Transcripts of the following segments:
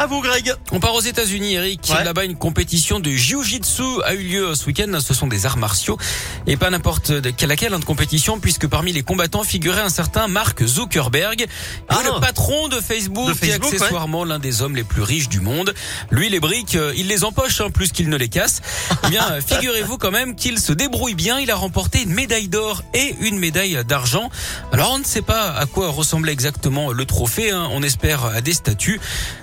À vous, Greg. On part aux États-Unis, Eric. Ouais. Là-bas, une compétition de Jiu-Jitsu a eu lieu ce week-end. Ce sont des arts martiaux et pas n'importe de- laquelle hein, de compétition, puisque parmi les combattants figurait un certain Mark Zuckerberg, Ah. et le patron de Facebook, De Facebook, qui est accessoirement l'un des hommes les plus riches du monde. Lui, les briques, euh, il les empoche hein, plus qu'il ne les casse. Eh bien, euh, figurez-vous quand même qu'il se débrouille bien. Il a remporté une médaille d'or et une médaille d'argent. Alors, on ne sait pas à quoi ressemblait exactement le trophée. hein. On espère à des statues.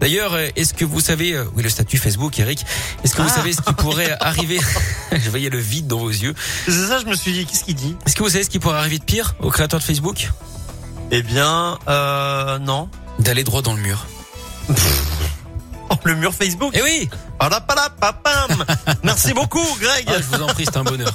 D'ailleurs, euh, est-ce que vous savez, euh, oui, le statut Facebook, Eric, est-ce que vous Ah. savez ce qui pourrait arriver Je voyais le vide dans vos yeux. C'est ça, je me suis dit, qu'est-ce qu'il dit Est-ce que vous savez ce qui pourrait arriver de pire au créateur de Facebook Eh bien, euh, non. D'aller droit dans le mur. Oh, le mur Facebook. Eh oui Palapalapapam. Merci beaucoup, Greg. Ah, Je vous en prie, c'est un bonheur.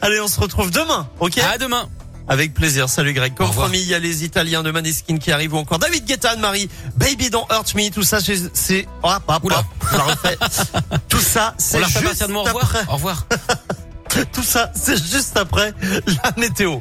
Allez, on se retrouve demain, ok À demain Avec plaisir. Salut, Greg. Au Comme revoir. promis, il y a les Italiens de Maneskin qui arrivent ou encore David Guetta, Anne-Marie, Baby Don't Hurt Me, tout ça, c'est- c'est... Oh, hop, hop, Oula. hop, je la refais. tout ça, On c'est la juste fait partir de moi, au revoir. après. Au revoir. Tout ça, c'est juste après la météo.